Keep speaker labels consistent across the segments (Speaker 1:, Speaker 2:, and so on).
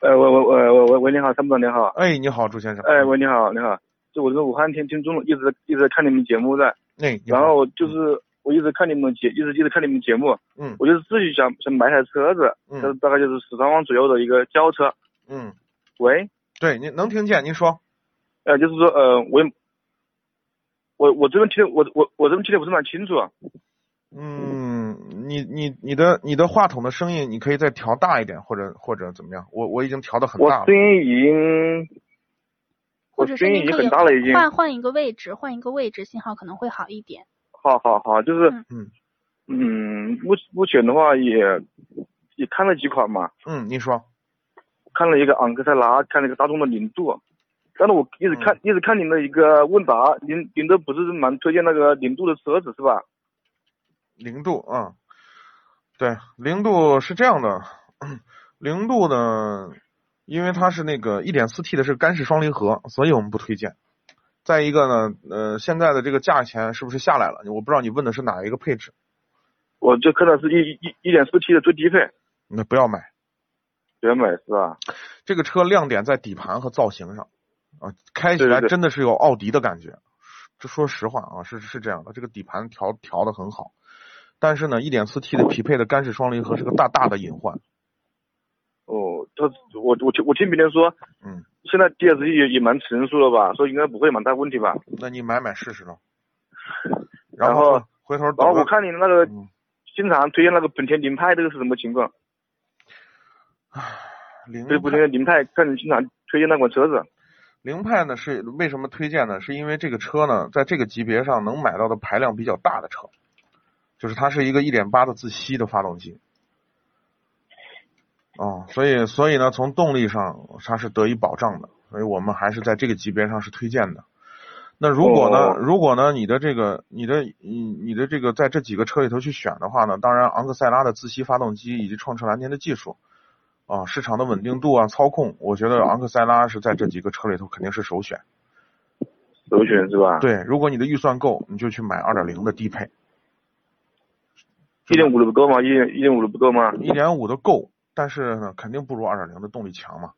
Speaker 1: 呃，喂喂喂喂喂喂，你好，参谋长你好。
Speaker 2: 哎，你好，朱先生。
Speaker 1: 哎，喂，你好，你好。就我是武汉听听众，一直一直看你们节目的，
Speaker 2: 哎，你好
Speaker 1: 然后就是我一直看你们节，一直一直看你们节目，
Speaker 2: 嗯
Speaker 1: 我就是自己想想买台车子，
Speaker 2: 嗯
Speaker 1: 就是大概就是十三万左右的一个轿车。
Speaker 2: 嗯，
Speaker 1: 喂，
Speaker 2: 对，您能听见？您说，
Speaker 1: 呃，就是说呃，我也我我这边听得我我我这边听的不是蛮清楚，啊
Speaker 2: 嗯，你你你的你的话筒的声音，你可以再调大一点，或者或者怎么样？我我已经调的很
Speaker 1: 我
Speaker 2: 大了
Speaker 1: 声。音已经
Speaker 3: 或者是
Speaker 1: 声音
Speaker 3: 您
Speaker 1: 已经
Speaker 3: 可以
Speaker 1: 很大了已经
Speaker 3: 换换一个位置，换一个位置，信号可能会好一点。
Speaker 1: 好好好，就是
Speaker 2: 嗯
Speaker 1: 嗯，目目前的话也也看了几款嘛，
Speaker 2: 嗯，您说，
Speaker 1: 看了一个啊昂克赛拉，看了一个大众的凌渡，但是我一直
Speaker 2: 嗯
Speaker 1: 看、一直看您的一个问答，您您都不是蛮推荐那个凌渡的车子是吧？
Speaker 2: 零度啊、嗯，对，零度是这样的，零度呢，因为它是那个一点四 T 的是干式双离合，所以我们不推荐。再一个呢，呃，现在的这个价钱是不是下来了？我不知道你问的是哪一个配置，
Speaker 1: 我就看到是一一一点四 T 的最低配，
Speaker 2: 那不要买。
Speaker 1: 原本是吧？
Speaker 2: 这个车亮点在底盘和造型上啊，开起
Speaker 1: 对对
Speaker 2: 来
Speaker 1: 对
Speaker 2: 真的是有奥迪的感觉。这说实话啊，是是这样的，这个底盘调调的很好，但是呢，一点四 T 的匹配的干式双离合是个大大的隐患。
Speaker 1: 哦，他我我听我听别人说，
Speaker 2: 嗯，
Speaker 1: 现在 DSG 也也蛮成熟了吧，所以应该不会蛮大问题吧？
Speaker 2: 那你买买试试 咯。
Speaker 1: 然
Speaker 2: 然
Speaker 1: 后
Speaker 2: 后回头
Speaker 1: 然后
Speaker 2: 等
Speaker 1: 我
Speaker 2: 到
Speaker 1: 看你那个
Speaker 2: 嗯
Speaker 1: 经常推荐那个本田凌派，这个是什么情况？
Speaker 2: 零
Speaker 1: 对，本田凌派，看你经常推荐那款车子。
Speaker 2: 凌派呢是为什么推荐呢？是因为这个车呢，在这个级别上能买到的排量比较大的车，就是它是一个1.8的自吸的发动机。哦，所以所以呢，从动力上它是得以保障的，所以我们还是在这个级别上是推荐的。那如果呢，
Speaker 1: 哦
Speaker 2: 如果呢，你的这个你的你你的这个在这几个车里头去选的话呢，当然昂克赛拉的自吸发动机以及创驰蓝天的技术，啊，市场的稳定度啊，操控，我觉得昂克赛拉是在这几个车里头肯定是首选。
Speaker 1: 首选是吧？，
Speaker 2: 对，如果你的预算够，你就去买2.0的低配，
Speaker 1: 一点五的不够吗？一点一点五的不够吗？
Speaker 2: 1.5的够，但是呢，肯定不如2.0的动力强嘛。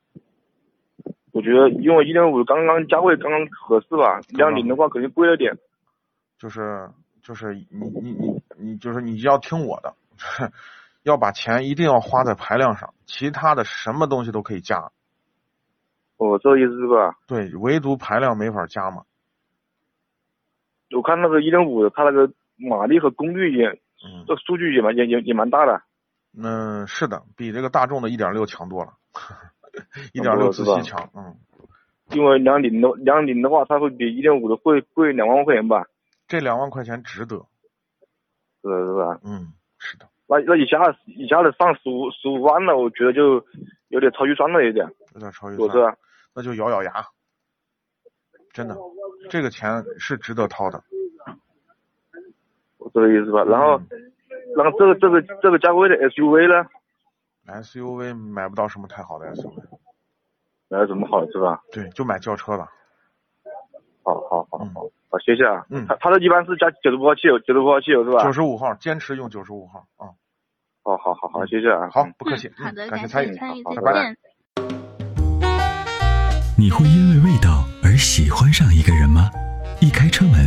Speaker 1: 我觉得因为一点五刚刚价位刚刚合适吧，两零的话肯定贵了点。
Speaker 2: 就是就是你你你你就是你要听我的，要把钱一定要花在排量上，其他的什么东西都可以加，
Speaker 1: 哦，这个意思是吧？
Speaker 2: 对，唯独排量没法加嘛。
Speaker 1: 我看那个一点五，它那个马力和功率也，
Speaker 2: 嗯，
Speaker 1: 这数据也蛮也也也蛮大的。
Speaker 2: 嗯、是的，比这个大众的1.6强多了，1.6自
Speaker 1: 是吧
Speaker 2: 吸强，嗯。
Speaker 1: 因为两零的两零的话，它会比一点五的会贵两万块钱吧？
Speaker 2: 这两万块钱值得。
Speaker 1: 是的是吧？
Speaker 2: 嗯，是的，
Speaker 1: 那那以下以下的上十五十五万了，我觉得就有点超预算了，有点，
Speaker 2: 有点超预
Speaker 1: 我
Speaker 2: 算。
Speaker 1: 这
Speaker 2: 那就咬咬牙，真的，这个钱是值得掏的。
Speaker 1: 我这个意思吧。然后，然后这个这个这个价位的 SUV 呢，
Speaker 2: SUV 买不到什么太好的 SUV，
Speaker 1: 没有什么好是吧？
Speaker 2: 对，就买轿车吧。
Speaker 1: 好好好
Speaker 2: 嗯
Speaker 1: 好，好谢谢啊。
Speaker 2: 嗯
Speaker 1: 它它这一般是加九十八号汽油，九十八号汽油是吧？
Speaker 2: 九十五号，坚持用九十五号啊、
Speaker 1: 好好好好，谢谢啊。
Speaker 2: 好
Speaker 1: 嗯，
Speaker 2: 不客气，
Speaker 3: 好的，
Speaker 2: 感
Speaker 3: 谢
Speaker 2: 谢参
Speaker 3: 你
Speaker 2: 与，
Speaker 3: 参与，
Speaker 1: 好
Speaker 3: 再
Speaker 2: 拜拜
Speaker 3: 见。
Speaker 4: 你会因为味道而喜欢上一个人吗？一开车门，